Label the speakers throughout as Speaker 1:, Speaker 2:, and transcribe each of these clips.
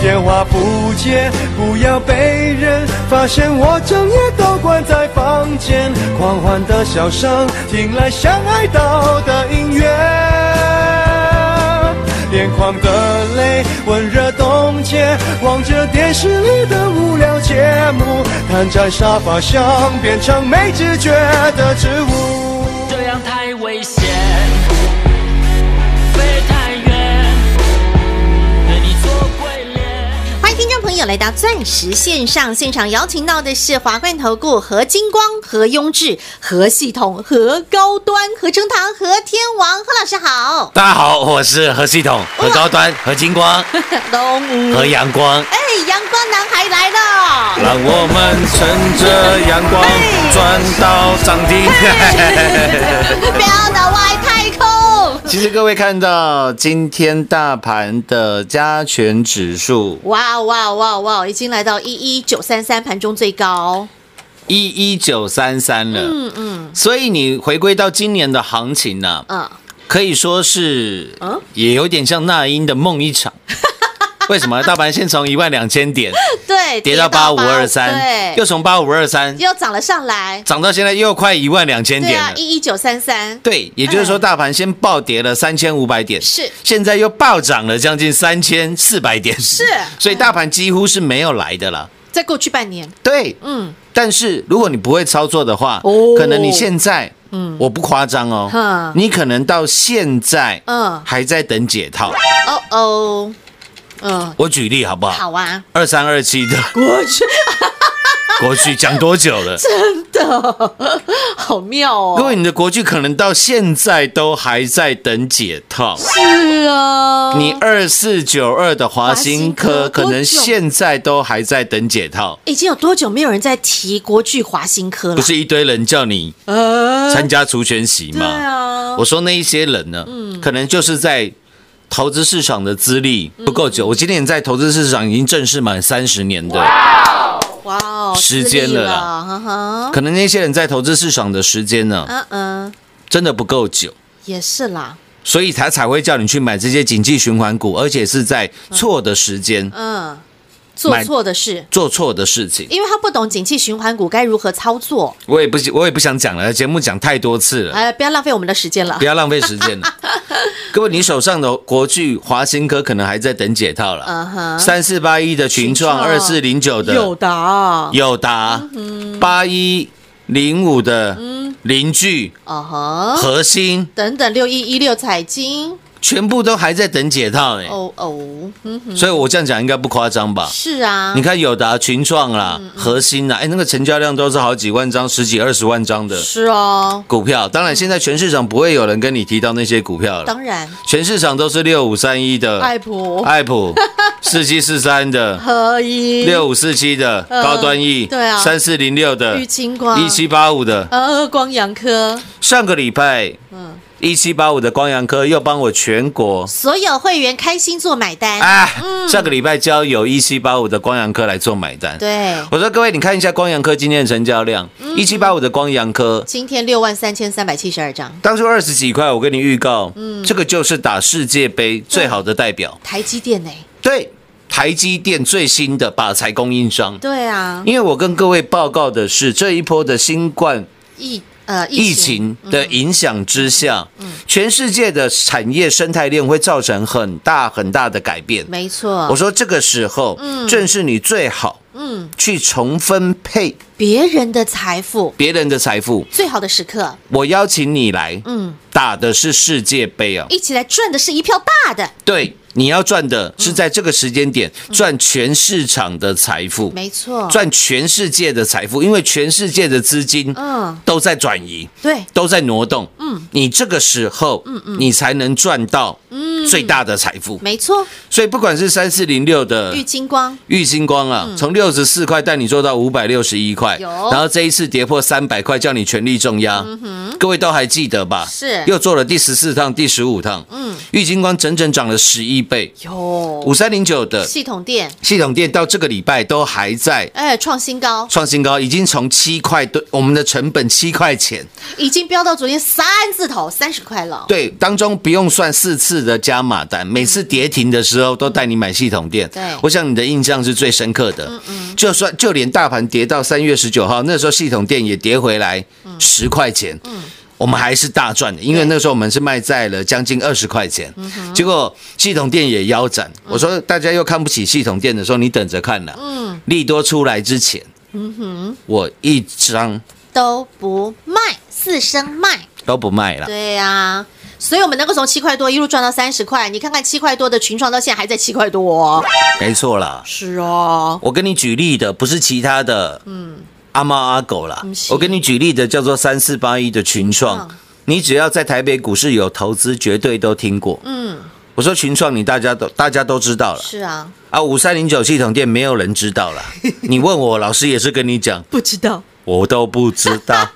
Speaker 1: 电话不接，不要被人发现，我整夜都关在房间，狂欢的笑声，听来像爱到的音乐。眼眶的泪温热冻结，望着电视里的无聊节目，瘫在沙发上变成没知觉的植物。
Speaker 2: 这样太危险，飞太远，对你做鬼脸。
Speaker 3: 欢迎听众朋友来到钻石线上现场，邀请到的是华冠投顾何金光、何雍智、何系统、何高端、何成堂、何天王，何老师好，
Speaker 4: 大家好，我是何系统、何高端、何金光、
Speaker 3: 龙
Speaker 4: 何阳光，
Speaker 3: 哎，阳光男孩来了，
Speaker 4: 让我们乘着阳光
Speaker 3: 嘿
Speaker 4: 赚到涨停。
Speaker 3: 飘到外太空，
Speaker 4: 其实各位看到今天大盘的加权指数
Speaker 3: 哇哇哇哇，已经来到一一九三三盘中最高，
Speaker 4: 一一九三三了，
Speaker 3: 嗯嗯
Speaker 4: 所以你回归到今年的行情呢、
Speaker 3: 嗯，
Speaker 4: 可以说是
Speaker 3: 嗯
Speaker 4: 也有点像那英的梦 一场。为什么大盘先从一万两千点
Speaker 3: 对，
Speaker 4: 跌到八五二三，
Speaker 3: 对，
Speaker 4: 又从八五二三
Speaker 3: 又涨了上来，
Speaker 4: 涨到现在又快一万两千
Speaker 3: 对
Speaker 4: 点
Speaker 3: 啊
Speaker 4: 了，。
Speaker 3: 一一九三三，
Speaker 4: 对，也就是说，大盘先暴跌了三千五百点，
Speaker 3: 是
Speaker 4: 现在又暴涨了将近三千四百点，是 嗯所以大盘几乎是没有来的了。
Speaker 3: 在过去半年，
Speaker 4: 对，
Speaker 3: 嗯，
Speaker 4: 但是如果你不会操作的话，
Speaker 3: 哦
Speaker 4: 可能你现在，嗯，我不夸张哦
Speaker 3: 哼，
Speaker 4: 你可能到现在，
Speaker 3: 嗯
Speaker 4: 嗯，还在等解套。
Speaker 3: 哦哦，嗯，
Speaker 4: 我举例好不好？
Speaker 3: 好啊，
Speaker 4: 二三二七的过去， 国去讲多久了？
Speaker 3: 好妙
Speaker 4: 各
Speaker 3: 哦，
Speaker 4: 位，你的国剧可能到现在都还在等解套。
Speaker 3: 是啊，
Speaker 4: 你二四九二的华新科
Speaker 3: 华新科多久
Speaker 4: 可能现在都还在等解套，
Speaker 3: 已经有多久没有人在提国巨华新科了？
Speaker 4: 不是一堆人叫你
Speaker 3: 呃，
Speaker 4: 参加除权席
Speaker 3: 对
Speaker 4: 吗？
Speaker 3: 啊，嗯
Speaker 4: 我说那一些人呢，可能就是在投资市场的资历
Speaker 3: 嗯
Speaker 4: 不够久。我今年在投资市场已经正式满三十年的，
Speaker 3: 哇哦，
Speaker 4: 时间
Speaker 3: 资历
Speaker 4: 了
Speaker 3: 了，
Speaker 4: 啦
Speaker 3: 哈哈，
Speaker 4: 可能那些人在投资市场的时间呢，
Speaker 3: 嗯嗯，
Speaker 4: 真的不够久。
Speaker 3: 也是啦，
Speaker 4: 所以他才会叫你去买这些景气循环股，而且是在错的时间
Speaker 3: 嗯，做
Speaker 4: 买
Speaker 3: 错的事。
Speaker 4: 做错的事情。
Speaker 3: 因为他不懂景气循环股该如何操作，
Speaker 4: 我也不喜我也不想讲了，节目讲太多次了，
Speaker 3: 哎，不要浪费我们的时间了
Speaker 4: 不。要浪费时 间了。各位，你手上的国巨、华新科可能还在等解套
Speaker 3: 嗯
Speaker 4: 了
Speaker 3: 哼，
Speaker 4: 三四八一的群创，
Speaker 3: 群
Speaker 4: 二
Speaker 3: 创
Speaker 4: 四零九的
Speaker 3: 有的啊，
Speaker 4: 友达，
Speaker 3: 嗯
Speaker 4: 八一零五的邻居、
Speaker 3: 哦呵，
Speaker 4: 核心，
Speaker 3: 等等，六一一六彩金，
Speaker 4: 全部都还在等解套哎。
Speaker 3: 哦哦，嗯哼，
Speaker 4: 所以我这样讲应该不夸张吧？
Speaker 3: 是啊，嗯
Speaker 4: 你看友达、群创啦、核心啦，哎，那个成交量都是好几万张、十几、二十万张的
Speaker 3: 是哦，
Speaker 4: 股票。当然，现在全市场不会有人跟你提到那些股票了，
Speaker 3: 当然，
Speaker 4: 全市场都是六五三一的
Speaker 3: 爱普
Speaker 4: 爱普、四七四三 的、
Speaker 3: 合一
Speaker 4: 六五四七的
Speaker 3: 呃
Speaker 4: 高端 E，
Speaker 3: 对啊
Speaker 4: 三四零六的
Speaker 3: 玉清光
Speaker 4: 一七八五的。
Speaker 3: 呃光阳科，
Speaker 4: 上个礼拜，
Speaker 3: 嗯
Speaker 4: 一七八五的光阳科又帮我全国。
Speaker 3: 所有会员开心做买单，
Speaker 4: 啊，下个礼拜交由一七八五的光阳科来做买单。
Speaker 3: 对嗯
Speaker 4: 我说各位，你看一下光阳科今天的成交量，一七八五的光阳科，
Speaker 3: 今天六万三千三百七十二张，
Speaker 4: 当初二十几块，我跟你预告，
Speaker 3: 嗯
Speaker 4: 这个就是打世界杯最好的代表，
Speaker 3: 台积电呢、
Speaker 4: 对，台积电最新的把材供应商。
Speaker 3: 对啊，
Speaker 4: 因为我跟各位报告的是，这一波的新冠
Speaker 3: 疫嗯呃
Speaker 4: 疫情的影响之下，全世界的产业生态链会造成很大很大的改变。
Speaker 3: 没错，
Speaker 4: 我说这个时候，正是你最好，
Speaker 3: 嗯
Speaker 4: 去重分配
Speaker 3: 别人的财富
Speaker 4: 别人的财富。
Speaker 3: 最好的时刻，
Speaker 4: 我邀请你来，
Speaker 3: 嗯，
Speaker 4: 打的是世界杯啊！
Speaker 3: 一起来赚的是一票大的，
Speaker 4: 对，你要赚的是在这个时间点赚全市场的财富，
Speaker 3: 嗯没错，
Speaker 4: 赚全世界的财富，因为全世界的资金，
Speaker 3: 嗯
Speaker 4: 都在转移，
Speaker 3: 对，
Speaker 4: 都在挪动，嗯，你这个时候，嗯嗯，你才能赚到，最大的财富。
Speaker 3: 没错，
Speaker 4: 所以不管是三四零六的
Speaker 3: 玉金光
Speaker 4: 玉星光啊，从六十四块带你做到五百六十一块，
Speaker 3: 有
Speaker 4: 然后这一次跌破三百块，叫你全力重压，各位都还记得吧？
Speaker 3: 是
Speaker 4: 又做了第十四趟、第十五趟，嗯，哦玉金光整整涨了十一倍，五
Speaker 3: 有
Speaker 4: 三零九的
Speaker 3: 系统店，
Speaker 4: 系统店到这个礼拜都还在。
Speaker 3: 哎，创新高，
Speaker 4: 创新高，已经从七块多，我们的成本七块钱，
Speaker 3: 已经飙到昨天三字头三十块了，
Speaker 4: 对，当中不用算四次的加码单，每次跌停的时候都带你买系统店。
Speaker 3: 对嗯
Speaker 4: 我想你的印象是最深刻的。就算就连大盘跌到三月十九号，那时候系统店也跌回来十块钱。我们还是大赚的，因为
Speaker 3: 嗯对嗯
Speaker 4: 那时候我们是卖在了将近二十块钱，结果系统店也腰斩。我说大家又看不起系统店的时候，你等着看啦。
Speaker 3: 嗯
Speaker 4: 利多出来之前，我一张
Speaker 3: 都不卖，四声卖。
Speaker 4: 都不卖了。
Speaker 3: 对呀、所以我们能够从七块多一路赚到三十块，你看看七块多的群创到现在还在七块多、哦，
Speaker 4: 没错啦，
Speaker 3: 是哦，
Speaker 4: 我跟你举例的不是其他的，嗯，阿猫阿狗啦
Speaker 3: 嗯。是
Speaker 4: 我跟你举例的叫做三四八一的群创
Speaker 3: 嗯，
Speaker 4: 你只要在台北股市有投资，绝对都听过。
Speaker 3: 嗯，
Speaker 4: 我说群创，你大家都大家都知道了
Speaker 3: 是啊，
Speaker 4: 啊，五三零九系统店没有人知 道了。你问我，老师也是跟你讲，
Speaker 3: 不知道，
Speaker 4: 我都不知道，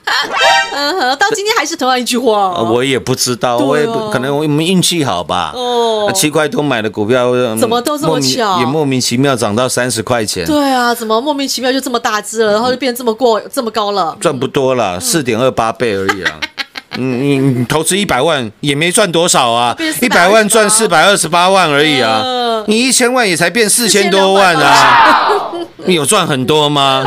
Speaker 3: 嗯哼，到今天还是同样一句话、
Speaker 4: 啊
Speaker 3: 哦，
Speaker 4: 我也不知道，
Speaker 3: 对啊
Speaker 4: 我也不可能我们运气好吧。
Speaker 3: 哦
Speaker 4: 啊七块多买的股票，嗯
Speaker 3: 怎么都这么
Speaker 4: 莫名
Speaker 3: 巧
Speaker 4: 也莫名其妙涨到三十块钱。
Speaker 3: 对啊，怎么莫名其妙就这么大只了，然后就变这么过这么高 了？
Speaker 4: 赚不多
Speaker 3: 嗯
Speaker 4: 啦，四点二八倍而已 啊。嗯你你投资一百万也没赚多少啊
Speaker 3: 变，428
Speaker 4: 一百万赚四百二十八万而已啊
Speaker 3: 嗯，
Speaker 4: 你一千万也才变四千多万啊， 你有赚很多 吗？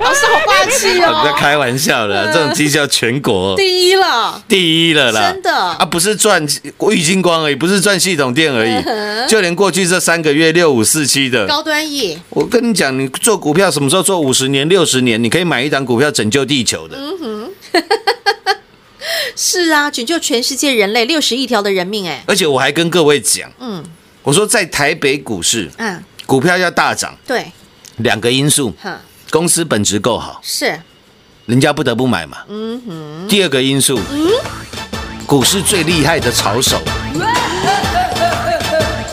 Speaker 3: 老师哦好霸气
Speaker 4: 我在
Speaker 3: 哦，
Speaker 4: 开玩笑的，这种绩效全国
Speaker 3: 第一了，
Speaker 4: 第一了啦，
Speaker 3: 真的
Speaker 4: 啊，不是赚郁金光而已，不是赚系统店而已，就连过去这三个月六五四七的，
Speaker 3: 嗯高端 E，
Speaker 4: 我跟你讲，你做股票什么时候做五十年、六十年，你可以买一档股票拯救地球的，
Speaker 3: 是啊，拯救全世界人类六十亿条的人命，哎，
Speaker 4: 而且我还跟各位讲。
Speaker 3: 嗯
Speaker 4: 我说在台北股市，
Speaker 3: 嗯，
Speaker 4: 股票要大涨，
Speaker 3: 对，
Speaker 4: 两个因素：
Speaker 3: 哼，
Speaker 4: 公司本质够好，
Speaker 3: 是
Speaker 4: 人家不得不买嘛。
Speaker 3: 嗯
Speaker 4: 第二个因素，股市最厉害的炒手，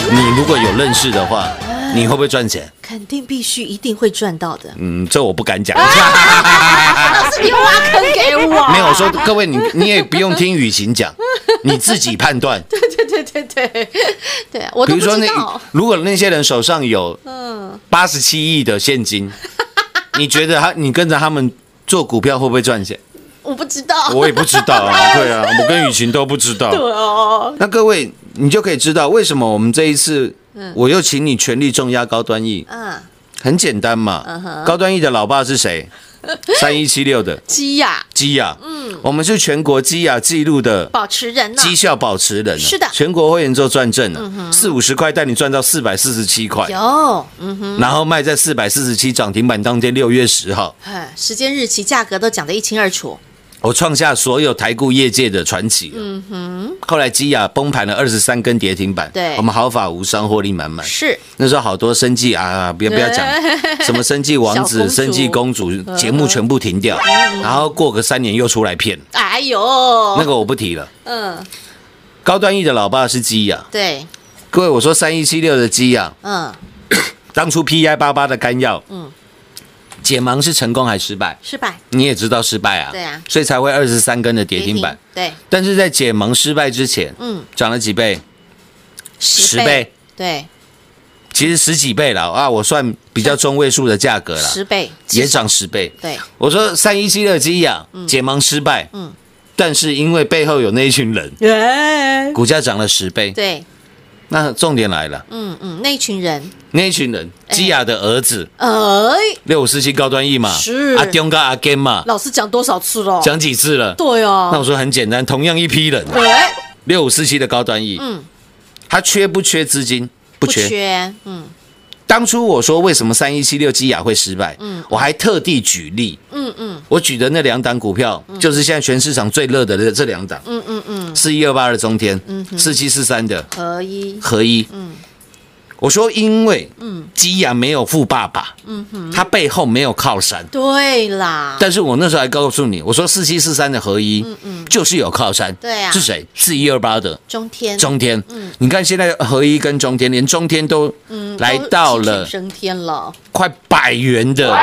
Speaker 4: 你如果有认识的话，
Speaker 3: 嗯
Speaker 4: 你会不会赚钱？
Speaker 3: 肯定必须一定会赚到的。
Speaker 4: 嗯，这我不 敢讲。
Speaker 3: 老师，你挖坑给我。
Speaker 4: 没有，我说各位，你你也不用听雨晴讲，你自己判断。
Speaker 3: 对对对对对，我
Speaker 4: 比
Speaker 3: 都
Speaker 4: 如
Speaker 3: 不
Speaker 4: 说
Speaker 3: 知
Speaker 4: 那
Speaker 3: 道。，
Speaker 4: 如果那些人手上有
Speaker 3: 嗯，
Speaker 4: 八十七亿的 现金，你觉得他你跟着他们做股票会不会赚钱？
Speaker 3: 我不知道。
Speaker 4: 我也不知道啊，对啊，我跟雨晴都不知道。
Speaker 3: 哦对 哦，
Speaker 4: 那各位，你就可以知道为什么我们这一次，我又请你全力重压高端 E，
Speaker 3: 嗯，
Speaker 4: 很简单嘛。高端 E 的老爸是 谁？三一七六的
Speaker 3: 鸡呀，
Speaker 4: 基亚，嗯，我们是全国基亚纪录的
Speaker 3: 保持人呢？
Speaker 4: 绩效保持人啊，
Speaker 3: 是的嗯
Speaker 4: 全国会员做转正了，四五十块带你赚到四百四十七块，
Speaker 3: 有，嗯哼，
Speaker 4: 然后卖在四百四十七涨停板当天六月十号，
Speaker 3: 哎时间、日期、价格都讲得一清二楚。
Speaker 4: 我创下所有台顾业界的传奇。嗯哼，后来基亚崩盘了二十三根跌停板，
Speaker 3: 对
Speaker 4: 我们毫发无伤，获利满满。
Speaker 3: 是，
Speaker 4: 那时候好多生计啊，不要不要讲什么生计王
Speaker 3: 小公
Speaker 4: 子、
Speaker 3: 主嗯
Speaker 4: 生计公主，节目全部停掉，然后过个三年又出来骗，
Speaker 3: 哎呦，
Speaker 4: 那个我不提了。
Speaker 3: 嗯，
Speaker 4: 高端艺的老爸是基亚，
Speaker 3: 对，
Speaker 4: 各位我说三一七六的基亚，
Speaker 3: 嗯，
Speaker 4: 当初 PI 八八的甘药，嗯，解盲是成功还失败？
Speaker 3: 失败
Speaker 4: 你也知道失败啊，
Speaker 3: 对啊
Speaker 4: 所以才会二十三根的跌停板。
Speaker 3: 对，
Speaker 4: 但是在解盲失败之前，
Speaker 3: 嗯，
Speaker 4: 涨了几倍？
Speaker 3: 十
Speaker 4: 十倍，
Speaker 3: 对，
Speaker 4: 其实十几倍了啊！我算比较中位数的价格了，
Speaker 3: 十倍
Speaker 4: 也，涨十倍。
Speaker 3: 对，
Speaker 4: 我说三一七的基亚解盲失败，
Speaker 3: 嗯
Speaker 4: 但是因为背后有那一群人，
Speaker 3: 耶，
Speaker 4: 股价涨了十倍。
Speaker 3: 对，
Speaker 4: 那重点来了，
Speaker 3: 嗯嗯，那一群人，
Speaker 4: 那一群人，基亚的儿子
Speaker 3: 哎，
Speaker 4: 六五四七高端 E 嘛，
Speaker 3: 是
Speaker 4: 阿东跟阿 Gam 嘛，
Speaker 3: 老师讲多少次了？
Speaker 4: 讲几次了？
Speaker 3: 对
Speaker 4: 那我
Speaker 3: 哦，
Speaker 4: 说很简单，同样一批人，
Speaker 3: 哎，
Speaker 4: 六五四七的高端 E，
Speaker 3: 嗯，
Speaker 4: 他缺不缺资金？不
Speaker 3: 不
Speaker 4: 缺。
Speaker 3: 缺，嗯
Speaker 4: 当初我说为什么三一七六基亚会失败，我还特地举例，
Speaker 3: 嗯嗯
Speaker 4: 我举的那两档股票，就是现在全市场最热的这这两档，
Speaker 3: 嗯嗯嗯，
Speaker 4: 四一二八的中天，四七四三的
Speaker 3: 合一，
Speaker 4: 合一。
Speaker 3: 嗯
Speaker 4: 我说因为基亚没有富爸爸，
Speaker 3: 嗯
Speaker 4: 他背后没有靠山。
Speaker 3: 对啦，
Speaker 4: 但是我那时候还告诉你，我说四七四三的合一，就是有靠山，
Speaker 3: 嗯对啊
Speaker 4: 是谁？四一二八的
Speaker 3: 中天，
Speaker 4: 中天，你看现在合一跟中天，连中天都
Speaker 3: 嗯
Speaker 4: 来
Speaker 3: 都
Speaker 4: 到
Speaker 3: 鸡犬
Speaker 4: 了
Speaker 3: 升天了，
Speaker 4: 快百元的
Speaker 3: 对，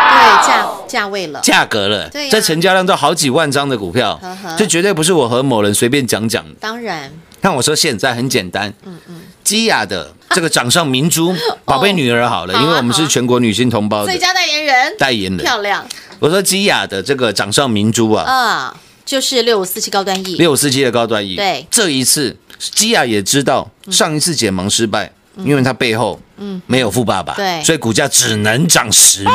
Speaker 3: 价价位了，
Speaker 4: 价格了
Speaker 3: 对呀，啊
Speaker 4: 这成交量都好几万张的股票
Speaker 3: 呵呵，
Speaker 4: 这绝对不是我和某人随便讲讲的。
Speaker 3: 当然，
Speaker 4: 但我说现在很简单，嗯嗯，基亚的这个掌上明 珠宝贝女儿好了，
Speaker 3: 哦好啊
Speaker 4: 因为我们是全国女性同胞的
Speaker 3: 最佳代言人，
Speaker 4: 代言人。
Speaker 3: 漂亮
Speaker 4: 我说基亚的这个掌上明珠啊，
Speaker 3: 啊，就是六五四七高端 E，
Speaker 4: 六四七的高端 E，
Speaker 3: 对嗯
Speaker 4: 这一次基亚也知道上一次解盲失败，因为它背后没有富爸爸，
Speaker 3: 对
Speaker 4: 所以股价只能涨 十倍。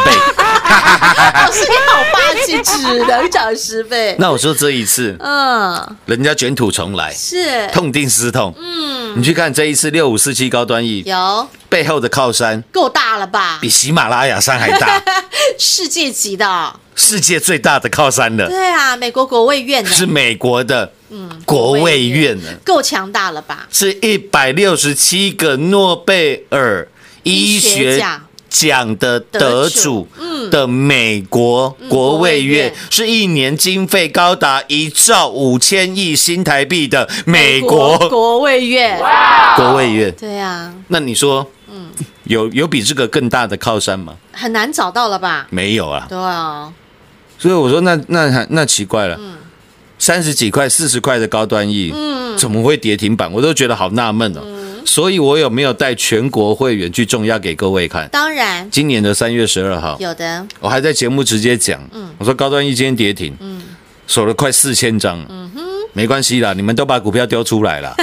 Speaker 3: 老师啊哦你好霸气，只能涨十倍，
Speaker 4: 那我说这一次
Speaker 3: 嗯，
Speaker 4: 人家卷土重来，
Speaker 3: 是
Speaker 4: 痛定思痛，嗯，你去看这一次六五四七高端 E
Speaker 3: 有
Speaker 4: 背后的靠山
Speaker 3: 够大了吧
Speaker 4: 比？喜马拉雅山还大，
Speaker 3: 世界级的，
Speaker 4: 世界最大的靠山了，
Speaker 3: 对啊，美国国卫院呢，
Speaker 4: 是美国的
Speaker 3: 嗯
Speaker 4: 国卫院呢，
Speaker 3: 够强大了吧？
Speaker 4: 是一百六十七个诺贝尔医
Speaker 3: 医学
Speaker 4: 学
Speaker 3: 奖
Speaker 4: 奖的得主的美国嗯国卫
Speaker 3: 国
Speaker 4: 院
Speaker 3: 卫院，
Speaker 4: 是一年经费高达一兆五千亿新台币的美国
Speaker 3: 国卫院，
Speaker 4: 国卫院。嗯
Speaker 3: 对啊，
Speaker 4: 那你说，有有比这个更大的靠山吗？
Speaker 3: 很难找到了吧？
Speaker 4: 没有啊。
Speaker 3: 对啊，
Speaker 4: 所以我说那，那那奇怪了，
Speaker 3: 嗯
Speaker 4: 三十几块、四十块的高端 E，怎么会跌停板？我都觉得好纳闷哦。
Speaker 3: 嗯
Speaker 4: 所以我有没有带全国会员去重压给各位看？
Speaker 3: 当然
Speaker 4: 今年的三月十二号，
Speaker 3: 嗯有嗯的，
Speaker 4: 我还在节目直接讲，我说高端 E 今天跌停，
Speaker 3: 嗯
Speaker 4: 守了快四千张，没关系啦，你们都把股票丢出 来了，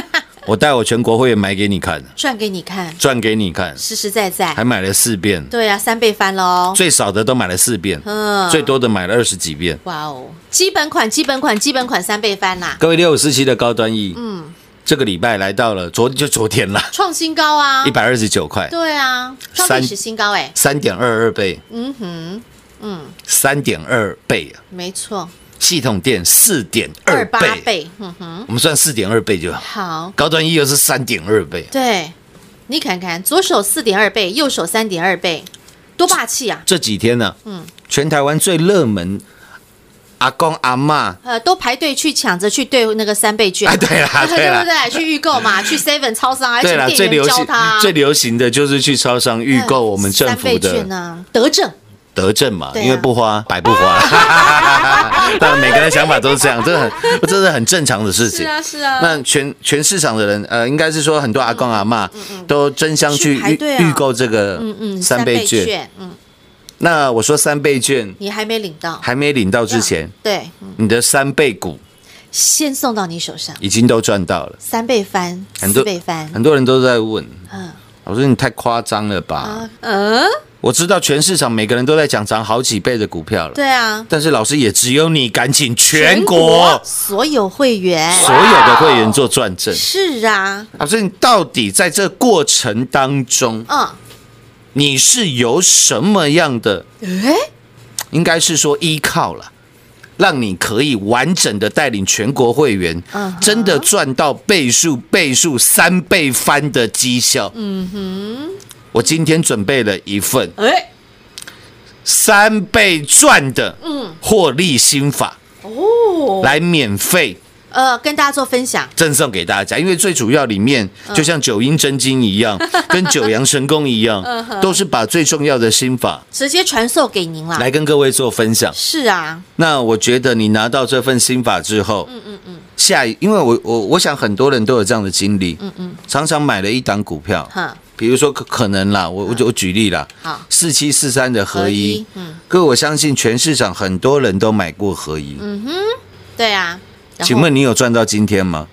Speaker 4: 我带我全国会员买给你看，
Speaker 3: 赚给你看，
Speaker 4: 赚给你看，
Speaker 3: 实实在在
Speaker 4: 还。买了四遍，
Speaker 3: 对啊，三倍翻喽！
Speaker 4: 最少的都买了四遍，
Speaker 3: 嗯
Speaker 4: 最多的买了二十几遍。
Speaker 3: 哇哦，基本款、基本款、基本款三倍翻啦，
Speaker 4: 各位六五四七的高端 E，嗯，这个礼拜来到了昨就昨天啦，
Speaker 3: 创新高啊！
Speaker 4: 一百二十九块，
Speaker 3: 对啊，创
Speaker 4: 三
Speaker 3: 历史新高哎、
Speaker 4: 三点二二倍，
Speaker 3: 嗯哼，嗯
Speaker 4: 三点二倍啊，
Speaker 3: 没错，
Speaker 4: 系统店四点
Speaker 3: 二
Speaker 4: 二
Speaker 3: 八
Speaker 4: 倍，
Speaker 3: 倍，嗯哼，
Speaker 4: 我们算四点二倍就好。
Speaker 3: 好，
Speaker 4: 高端 E 又是三点二倍，
Speaker 3: 对，你看看，左手四点二倍，右手三点二倍，多霸气啊！
Speaker 4: 这几天呢，嗯，全台湾最热门，阿公阿嬷。
Speaker 3: 呃，都排队去抢着去兑那个三倍券，
Speaker 4: 啊对啦对
Speaker 3: 对
Speaker 4: 啦
Speaker 3: 不对？去预购 嘛，去 Seven 超商，还
Speaker 4: 对啦，
Speaker 3: 请
Speaker 4: 最
Speaker 3: 店员
Speaker 4: 流
Speaker 3: 教
Speaker 4: 行
Speaker 3: 他嗯
Speaker 4: 最流行的就是去超商预购我们政府
Speaker 3: 三倍券啊
Speaker 4: 的
Speaker 3: 呢，德政
Speaker 4: 德政嘛，
Speaker 3: 对啊
Speaker 4: 因为不花白不花。但每个人想法都是这样，这很这是很正常的事情。
Speaker 3: 是啊
Speaker 4: 那全全市场的人，呃，应该是说很多阿公阿嬷都争相去
Speaker 3: 去排
Speaker 4: 预
Speaker 3: 队啊
Speaker 4: 预购这个
Speaker 3: 嗯嗯，
Speaker 4: 三倍券。，
Speaker 3: 嗯，
Speaker 4: 那我说三倍券
Speaker 3: 你还没领到，
Speaker 4: 还没领到之前，
Speaker 3: 对，嗯
Speaker 4: 你的三倍股
Speaker 3: 先送到你手上，
Speaker 4: 已经都赚到了。
Speaker 3: 三倍翻，
Speaker 4: 很
Speaker 3: 四
Speaker 4: 多
Speaker 3: 倍翻，
Speaker 4: 很多人都在问，
Speaker 3: 嗯
Speaker 4: 我说你太夸张了吧？
Speaker 3: 啊嗯，
Speaker 4: 我知道全市场每个人都在讲涨好几倍的股票了，
Speaker 3: 对啊，
Speaker 4: 但是老师也只有你敢请全
Speaker 3: 国
Speaker 4: 国
Speaker 3: 所有会员
Speaker 4: 所有的会员做转正。
Speaker 3: 是啊，
Speaker 4: 老师，你到底在这过程当中，
Speaker 3: 嗯，
Speaker 4: 你是有什么样的？
Speaker 3: 哎，
Speaker 4: 应该是说依靠了，让你可以完整的带领全国会员
Speaker 3: 嗯哼
Speaker 4: 真的赚到倍数、倍数、三倍翻的绩效。嗯哼，我今天准备了一份
Speaker 3: 哎，
Speaker 4: 三倍赚的获利心法，
Speaker 3: 嗯哦，
Speaker 4: 来免费
Speaker 3: 呃，跟大家做分享，
Speaker 4: 赠送给大家，因为最主要里面就像九阴真经一 样，跟九阳神功一样，都是把最重要的心法
Speaker 3: 直接传授给您啦。
Speaker 4: 来跟各位做分享。
Speaker 3: 是啊，
Speaker 4: 那我觉得你拿到这份心法之后，嗯嗯嗯，下一，因为我我我想很多人都有这样的经历，嗯嗯，常常买了一档股票，
Speaker 3: 哈，
Speaker 4: 比如说可可能啦，我我就我举例啦
Speaker 3: 好，
Speaker 4: 四七四三的嗯合一，
Speaker 3: 合一嗯，
Speaker 4: 各位我相信全市场很多人都买过合一，
Speaker 3: 对啊。然后
Speaker 4: 请问你有赚到今天吗？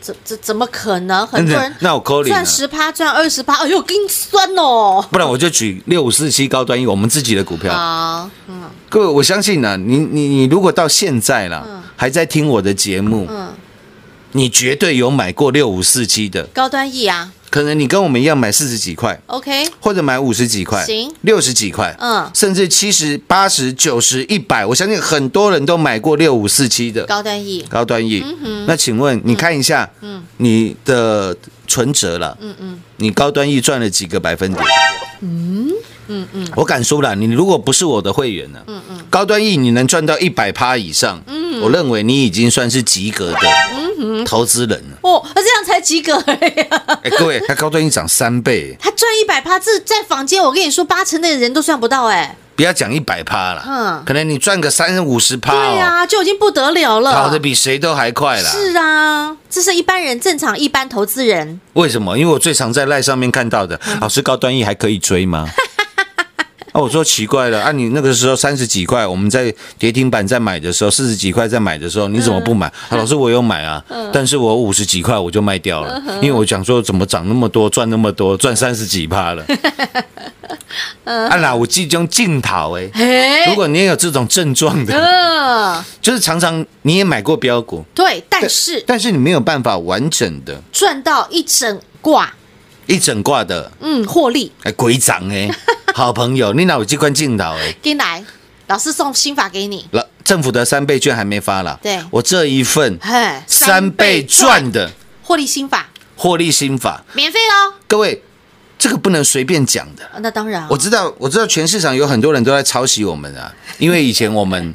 Speaker 3: 怎怎怎么可能？很多人
Speaker 4: 那我扣你啊
Speaker 3: 赚十趴，赚二十趴，哎呦，更酸哦。
Speaker 4: 不然我就举六五四七高端一我们自己的股票，
Speaker 3: 好，嗯
Speaker 4: 各位，我相信呢、你你你如果到现在啦，还在听我的节目，
Speaker 3: 嗯，
Speaker 4: 你绝对有买过六五四七的，
Speaker 3: 高端 E 啊
Speaker 4: 可能你跟我们一样买四十几块，
Speaker 3: ，OK，
Speaker 4: 或者买五十几块，
Speaker 3: 行
Speaker 4: 六十几块，
Speaker 3: 嗯
Speaker 4: 甚至七十八十九十一百，我相信很多人都买过六五四七的
Speaker 3: 高端 E，
Speaker 4: 高端 E。那请问你看一下，你的存折了，嗯嗯，你高端 E 赚了几个百分点？嗯嗯嗯，我敢说了，你如果不是我的会员呢，嗯嗯，高端 E 你能赚到一百趴以上，嗯，我认为你已经算是及格的投资人 了。
Speaker 3: 哦，那这样才及格而已 啊。
Speaker 4: 哎，各位，它高端 E 涨三倍，
Speaker 3: 他赚一百趴，这在房间，我跟你说，八成的人都赚不到哎、
Speaker 4: 不要讲一百趴了，
Speaker 3: 嗯
Speaker 4: 可能你赚个三五十趴
Speaker 3: 对
Speaker 4: 哦，
Speaker 3: 啊，就已经不得了了。
Speaker 4: 跑得比谁都还快啦。
Speaker 3: 是啊，这是一般人正常一般投资人，
Speaker 4: 为什么？因为我最常在赖上面看到的，
Speaker 3: 嗯
Speaker 4: 老师高端 E 还可以追吗？ 啊，我说奇怪了，啊，你那个时候三十几块，我们在跌停板在买的时候，四十几块在买的时候，你怎么不买？
Speaker 3: 嗯
Speaker 4: 啊、老师我有买啊，但是我五十几块我就卖掉
Speaker 3: 嗯
Speaker 4: 了，因为我想说怎么涨那么多，赚那么多，赚三十几趴 了。
Speaker 3: 嗯
Speaker 4: 啊啦，我即将进逃哎。
Speaker 3: 嘿，
Speaker 4: 如果你也有这种症状的，
Speaker 3: 嗯、
Speaker 4: 就是常常你也买过标股，
Speaker 3: 对，但哎是
Speaker 4: 但是你没有办法完整的
Speaker 3: 赚到一整挂，
Speaker 4: 一整挂的
Speaker 3: 嗯，获利
Speaker 4: 哎，鬼掌 哎，好朋友，你哪有这关镜头哎？
Speaker 3: 给你来，老师送心法给你，
Speaker 4: 老政府的三倍券还没发了，
Speaker 3: 对
Speaker 4: 我这一份
Speaker 3: 嘿，
Speaker 4: 三倍赚的
Speaker 3: 获利心法
Speaker 4: 获利心法，
Speaker 3: 免费哦喽，
Speaker 4: 各位，这个不能随便讲的。
Speaker 3: 啊那当然，
Speaker 4: 我知道，我知道，全市场有很多人都在抄袭我们啊，因为以前我 们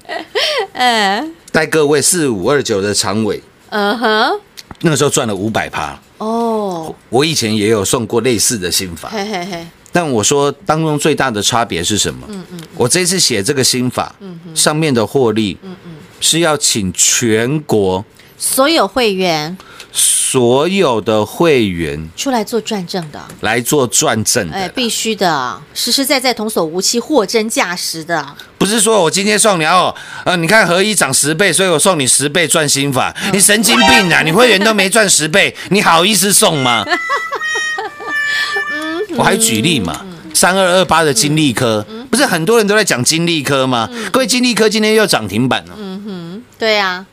Speaker 3: 嗯
Speaker 4: 带各位四五二九的常委，
Speaker 3: 嗯哼，
Speaker 4: 那个时候赚了五百趴。
Speaker 3: 哦，
Speaker 4: 我以前也有送过类似的心法，
Speaker 3: 嘿嘿嘿，
Speaker 4: 但我说当中最大的差别是什么？嗯嗯，我这次写这个心法，上面的获利，是要请全国
Speaker 3: 所有会员
Speaker 4: 所有的会员
Speaker 3: 出来做转正的，
Speaker 4: 来做转正
Speaker 3: 哎，
Speaker 4: 的，
Speaker 3: 必须的，实实在在童叟无欺，货真价实的，
Speaker 4: 不是说我今天送你哦，呃，你看合一涨十倍，所以我送你十倍赚心法，你神经病 啊！你会员都没赚十倍，你好意思送 吗？我还举例嘛，三二二八的金利科，不是很多人都在讲金利科吗？各位，金利科今天又涨停板了。
Speaker 3: 对啊，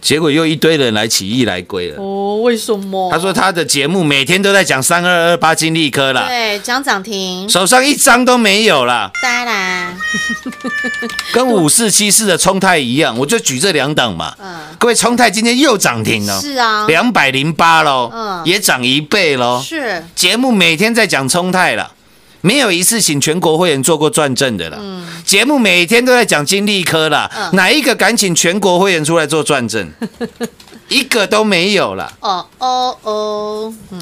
Speaker 4: 结果又一堆人来起义来归了。
Speaker 3: 哦，为什么
Speaker 4: 他说他的节目每天都在讲三二二八金利科啦，
Speaker 3: 对，讲涨停，
Speaker 4: 手上一张都没有啦，
Speaker 3: 当然，
Speaker 4: 跟五四七四的冲泰一样，我就举这两档嘛。各位，冲泰今天又涨停了，
Speaker 3: 嗯是啊，
Speaker 4: 两百零八喽
Speaker 3: 嗯，
Speaker 4: 也涨一倍喽。
Speaker 3: 是
Speaker 4: 节目每天在讲冲泰啦。没有一次请全国会员做过转正的啦。
Speaker 3: 嗯
Speaker 4: 节目每天都在讲金利科啦，哪一个敢请全国会员出来做 转正？一个都没有啦。
Speaker 3: 哦哦哦，嗯，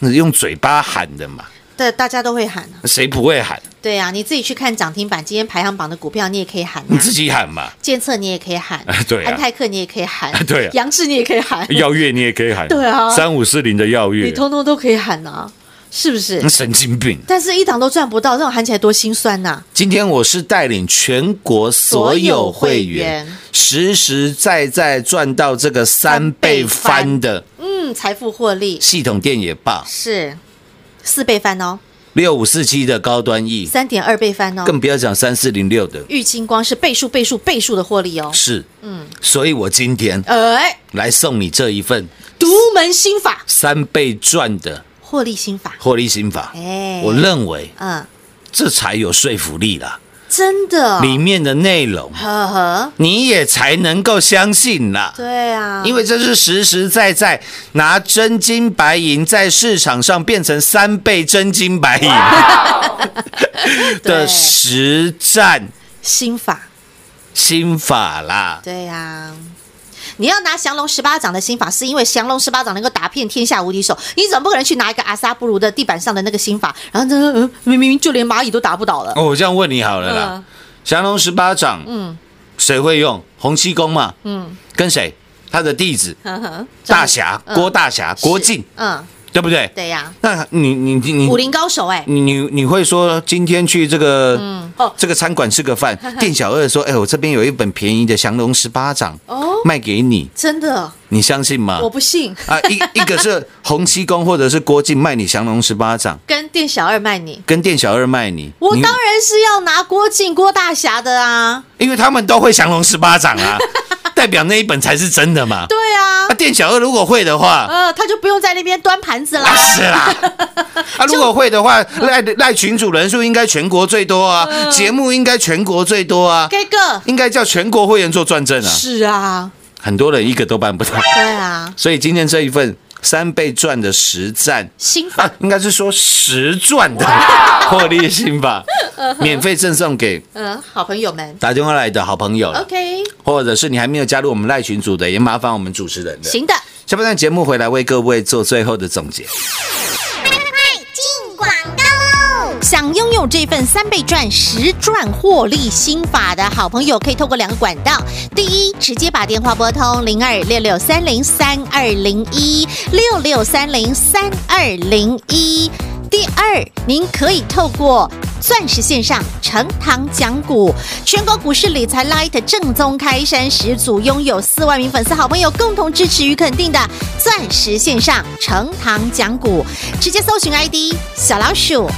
Speaker 4: 那用嘴巴喊的嘛，
Speaker 3: 对，大家都会喊啊。
Speaker 4: 谁不会喊？
Speaker 3: 对啊，你自己去看涨停板今天排行榜的股票，你也可以喊、啊。
Speaker 4: 你自己 喊嘛，
Speaker 3: 监测你也可以喊
Speaker 4: 对啊，
Speaker 3: 安泰克你也可以喊
Speaker 4: 对啊
Speaker 3: 杨志你也可以喊，
Speaker 4: 耀月你也可以喊，
Speaker 3: 对啊
Speaker 4: 三五四零的耀
Speaker 3: 你
Speaker 4: 月，
Speaker 3: 通通都可以喊啊，是不是？
Speaker 4: 神经病。
Speaker 3: 但是一档都赚不到，这种喊起来多心酸呐、
Speaker 4: 今天我是带领全国所有
Speaker 3: 所有会
Speaker 4: 会员
Speaker 3: 员
Speaker 4: 实实在在赚到这个三倍翻的
Speaker 3: 嗯，财富获利
Speaker 4: 系统店也罢，
Speaker 3: 是四倍翻哦，
Speaker 4: 六五四七的高端 E，
Speaker 3: 三点二倍翻哦。
Speaker 4: 嗯更不要讲三四零六的，
Speaker 3: 玉金光是倍数、倍数、倍数的获利哦。
Speaker 4: 是，嗯，所以我今天
Speaker 3: 哎，
Speaker 4: 来送你这一份
Speaker 3: 独门心法，
Speaker 4: 三倍赚的
Speaker 3: 获利心法，
Speaker 4: 获利心法
Speaker 3: 哎，
Speaker 4: 我认为
Speaker 3: 嗯，
Speaker 4: 这才有说服力啦。
Speaker 3: 真的，
Speaker 4: 里面的内容，
Speaker 3: 呵呵，
Speaker 4: 你也才能够相信啦。
Speaker 3: 对啊，
Speaker 4: 因为这是实实在在拿真金白银在市场上变成三倍真金白银 的
Speaker 3: 对
Speaker 4: 实战
Speaker 3: 心法，
Speaker 4: 心法啦。
Speaker 3: 对呀、你要拿降龙十八掌的心法，是因为降龙十八掌能够打遍天下无敌手，你总不可能去拿一个阿萨布鲁的地板上的那个心法，然后呢，呃明明就连蚂蚁都打不倒了。
Speaker 4: 哦，我这样问你好了啦
Speaker 3: 嗯，
Speaker 4: 降龙十八掌，嗯，谁会用？洪七公嘛，嗯，跟谁？他的弟子
Speaker 3: 呵呵
Speaker 4: 大侠
Speaker 3: 嗯
Speaker 4: 郭大侠郭靖
Speaker 3: 是，嗯，
Speaker 4: 对不对？
Speaker 3: 对呀、
Speaker 4: 那你你你你
Speaker 3: 武林高手哎、
Speaker 4: 你你你会说今天去这个、
Speaker 3: 哦
Speaker 4: 这个餐馆吃个饭， 店小二说：“哎，我这边有一本便宜的《降龙十八掌》，
Speaker 3: 哦
Speaker 4: 卖给你，
Speaker 3: 真的，
Speaker 4: 你相信吗
Speaker 3: 我不信，？”
Speaker 4: 嗯啊，一一个是洪七公或者是郭靖卖你《降龙十八掌》，
Speaker 3: 跟店小二卖你，
Speaker 4: 跟店小二卖你，
Speaker 3: 我
Speaker 4: 你
Speaker 3: 当然是要拿郭靖、郭大侠的啊，
Speaker 4: 因为他们都会《降龙十八掌》啊， 代表那一本才是真的嘛。
Speaker 3: 对啊
Speaker 4: 啊，，店小二如果会 的话，
Speaker 3: 呃，他就不用在那边端盘子啦。
Speaker 4: 啊是啦。啊，如果会的话，赖赖群主人数应该全国最多
Speaker 3: 嗯
Speaker 4: 啊，节目应该全国最多啊。
Speaker 3: K 哥，
Speaker 4: 应该叫全国会员做转正啊，
Speaker 3: 是啊，
Speaker 4: 很多人一个都办不到。
Speaker 3: 对啊，
Speaker 4: 所以今天这一份三倍赚的实战
Speaker 3: 心法
Speaker 4: 啊，应该是说实赚的获利心法，免费赠送给
Speaker 3: 嗯，好朋友们
Speaker 4: 打电话来的好朋友，
Speaker 3: ，OK，
Speaker 4: 或者是你还没有加入我们赖群组的，也麻烦我们主持人的。
Speaker 3: 行的。
Speaker 4: 下半段节目回来为各位做最后的总结。
Speaker 3: 进广告喽！想拥有这份三倍赚实赚获利心法的好朋友，可以透过两个管道：第一，直接把电话拨通零二六六三零三二零一六六三零三二零一；第二，您可以透过钻石线上成堂讲股，全国股市理财 Light 正宗开山始祖，拥有四万名粉丝好朋友共同支持与肯定的钻石线上成堂讲股，直接搜寻 ID 小老鼠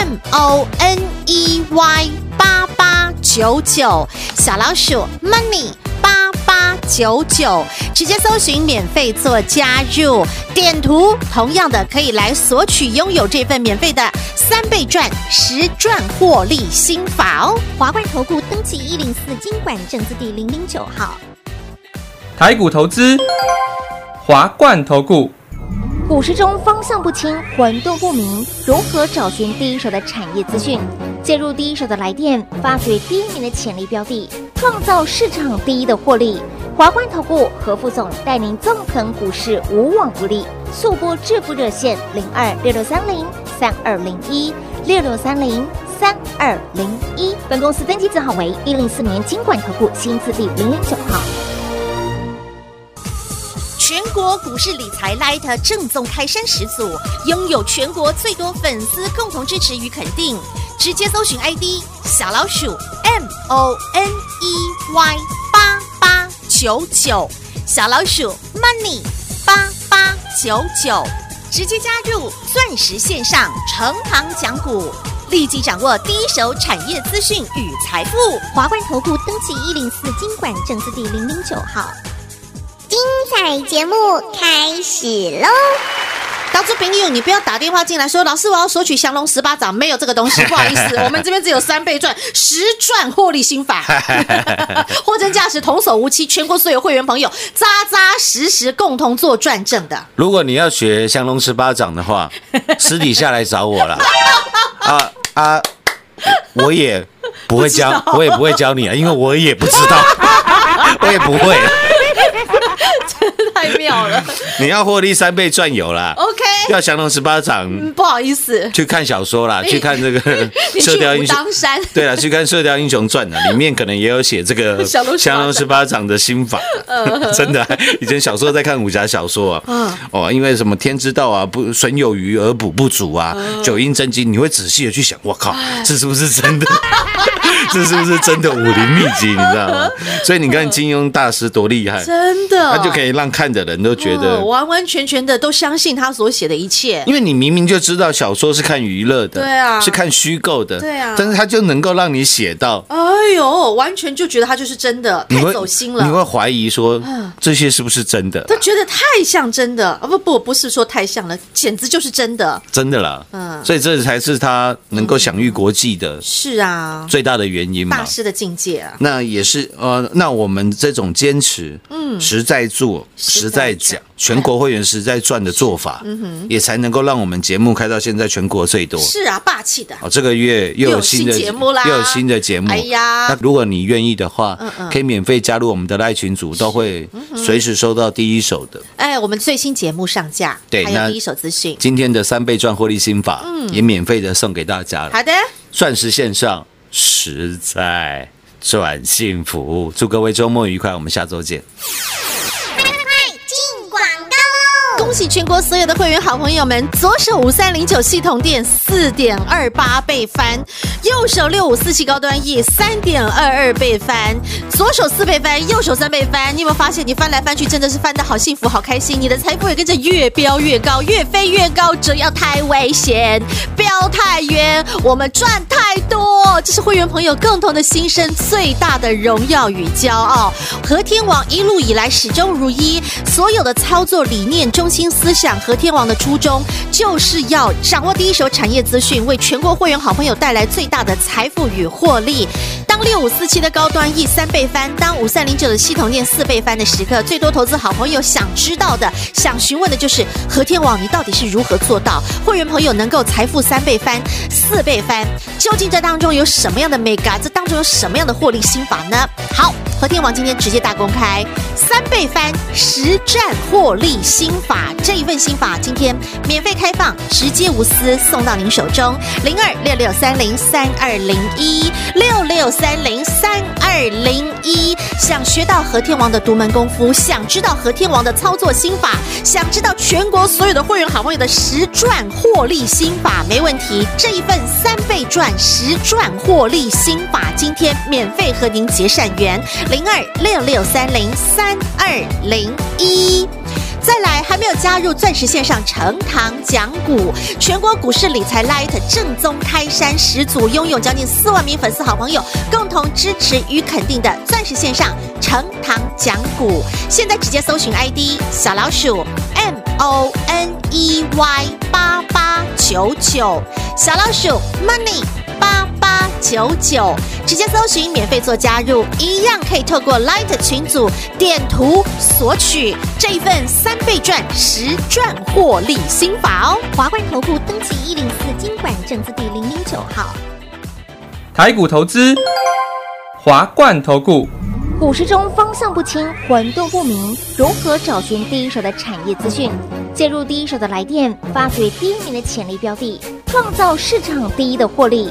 Speaker 3: M O N E Y 八八九九，小老鼠 Money 八八九九，直接搜寻免费做加入，点图同样的可以来索取拥有这份免费的三倍赚实赚获利心法哦。
Speaker 5: 华冠投顾登记一零四经管证字第零零九号。
Speaker 6: 台股投资，华冠投顾。
Speaker 5: 股市中方向不清、混沌不明，如何找寻第一手的产业资讯？介入第一手的来电，发掘第一名的潜力标的，创造市场第一的获利。华冠投顾何副总带领纵横股市，无往不利。速播致富热线零二六六三零三二零一六六三零三二零一。本公司登记字号为一零四年经管投顾新字第零零九号。
Speaker 3: 全国股市理财 Light 正宗开山始祖，拥有全国最多粉丝共同支持与肯定。直接搜寻 ID 小老鼠 M O N E Y 八八九九，小老鼠 Money 八八九九，直接加入钻石线上成堂讲股，立即掌握第一手产业资讯与财富。
Speaker 5: 华冠投顾登记一零四经管证字第零零九号。精彩节目开始喽！
Speaker 3: 当初朋友，你不要打电话进来说，老师我要索取降龙十八掌，没有这个东 西，不好意思，我们这边只有三倍赚，十赚获利心 法，货真价实，童叟无欺，全国所有会员朋友扎扎实实共同做转正的。
Speaker 4: 如果你要学降龙十八掌的话，私底下来找我啦。啊啊，我也不会教，我也不会教你啊，因为我也不知道，我也不会。
Speaker 3: 太妙了
Speaker 4: 你要获利三倍赚有啦，
Speaker 3: ，OK，
Speaker 4: 要降龙十八掌
Speaker 3: 嗯不好意思，
Speaker 4: 去看小说啦，去看这个
Speaker 3: 你去
Speaker 4: 《射雕
Speaker 3: 武
Speaker 4: 英雄》。
Speaker 3: 当山，
Speaker 4: 对了，去看《射雕英雄传》啊，里面可能也有写这个
Speaker 3: 降龙十八掌嗯
Speaker 4: 降龙十八掌的心法， 真的啊。以前小时候在看武侠小说啊，哦，因为什么天之道啊，不损有余而补不足啊，
Speaker 3: 嗯
Speaker 4: 九阴真经，你会仔细的去想，我靠，
Speaker 3: 哎
Speaker 4: 这是不是真的？ 这是不是真的武林秘籍？你知道吗？所以你看金庸大师多厉害，
Speaker 3: 嗯真的，哦
Speaker 4: 哎他就可以让看的人都觉得
Speaker 3: 嗯，完完全全的都相信他所写的一切。
Speaker 4: 因为你明明就知道小说是看娱乐的，
Speaker 3: 对啊
Speaker 4: 是看虚构的，
Speaker 3: 对啊
Speaker 4: 但是他就能够让你写到。
Speaker 3: 哎呦，完全就觉得他就是真的，
Speaker 4: 你
Speaker 3: 太
Speaker 4: 会
Speaker 3: 走心
Speaker 4: 你
Speaker 3: 了。
Speaker 4: 会
Speaker 3: 嗯
Speaker 4: 怀疑说这些是不是真的？
Speaker 3: 他觉得太像真的啊！不不，不是说太像了，简直就是真的。
Speaker 4: 真的啦，
Speaker 3: 嗯
Speaker 4: 所以这才是他能够享誉国际的
Speaker 3: 是啊，
Speaker 4: 最大的原原因嘛
Speaker 3: 大。师的境界啊，
Speaker 4: 那也是呃，那我们这种坚持，嗯，实在做、
Speaker 3: 实
Speaker 4: 实
Speaker 3: 在
Speaker 4: 在
Speaker 3: 讲
Speaker 4: 讲、全国会员实在赚的做法，嗯哼，也才能够让我们节目开到现在全国最多。
Speaker 3: 是啊，霸气的。
Speaker 4: 哦，这个月又
Speaker 3: 又有
Speaker 4: 有新的
Speaker 3: 新节目啦
Speaker 4: 又有新的节目。
Speaker 3: 哎呀
Speaker 4: 那如果你愿意的话，
Speaker 3: 嗯嗯
Speaker 4: 可以免费加入我们的赖群组，都会随时收到第一手的。
Speaker 3: 哎，我们最新节目上架，
Speaker 4: 对
Speaker 3: 还有
Speaker 4: 那
Speaker 3: 第一手资讯。
Speaker 4: 今天的三倍赚获利心法，
Speaker 3: 嗯
Speaker 4: 也免费的送给大家了。
Speaker 3: 好的，
Speaker 4: 钻石线上实在赚幸福，祝各位周末愉快，我们下周见。
Speaker 5: 进广告喽！
Speaker 3: 恭喜全国所有的会员好朋友们，左手五三零九系统店四点二八倍翻，右手六五四七高端 E 三点二二倍翻，左手四倍翻，右手三倍翻。你有没有发现你翻来翻去真的是翻得好幸福、好开心？你的财富也跟着越飙越高，越飞越高，只要太危险，飙太远，我们赚太多。这是会员朋友共同的心声，最大的荣耀与骄傲。和天王一路以来始终如一，所有的操作理念、中心思想，和天王的初衷就是要掌握第一手产业资讯，为全国会员好朋友带来最大的财富与获利。当六五四七的高端 E 三倍翻，当五三零九的系统链四倍翻的时刻，最多投资好朋友想知道的、想询问的就是和天网你到底是如何做到会员朋友能够财富三倍翻、四倍翻？究竟这当中有什么样的美感？这当中有什么样的获利心法呢？好，和天网今天直接大公开三倍翻实战获利心法这一份心法，今天免费开放，直接无私送到您手中，零二六六三零三二零一六六三零三二零一。想学到和天王的独门功夫，想知道和天王的操作心法，想知道全国所有的会员好朋友的实赚获利心法，没问题。这一份三倍赚实赚获利心法，今天免费和您结善缘，零二六六三零三二零一。再来，还没有加入钻石线上成堂讲股，全国股市理财 Light 正宗开山始祖，拥有将近四万名粉丝好朋友共同支持与肯定的钻石线上成堂讲股，现在直接搜寻 ID 小老鼠 M O N E Y 八八九九，小老鼠 Money 八八九九，直接搜寻免费做加入，一样可以透过 Light 群组点图索取这一份三倍赚实赚获利心法哦。
Speaker 5: 华冠投顾登记一零四经管证字第零零九号。
Speaker 6: 台股投资，华冠投顾，
Speaker 5: 股市中方向不清、混沌不明，如何找寻第一手的产业资讯？介入第一手的来电，发掘第一名的潜力标的，创造市场第一的获利。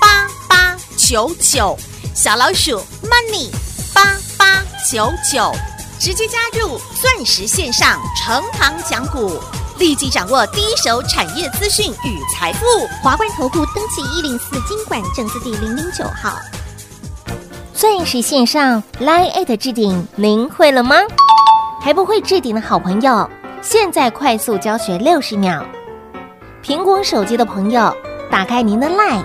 Speaker 3: 八八九九，小老鼠 Money 八八九九，直接加入钻石线上成行讲股，立即掌握第一手产业资讯与财富。
Speaker 5: 华冠投顾登记一零四经管证字第零零九号。钻石线上 Line at 置顶，您会了吗？还不会置顶的好朋友，现在快速教学六十秒。苹果手机的朋友，打开您的 Line，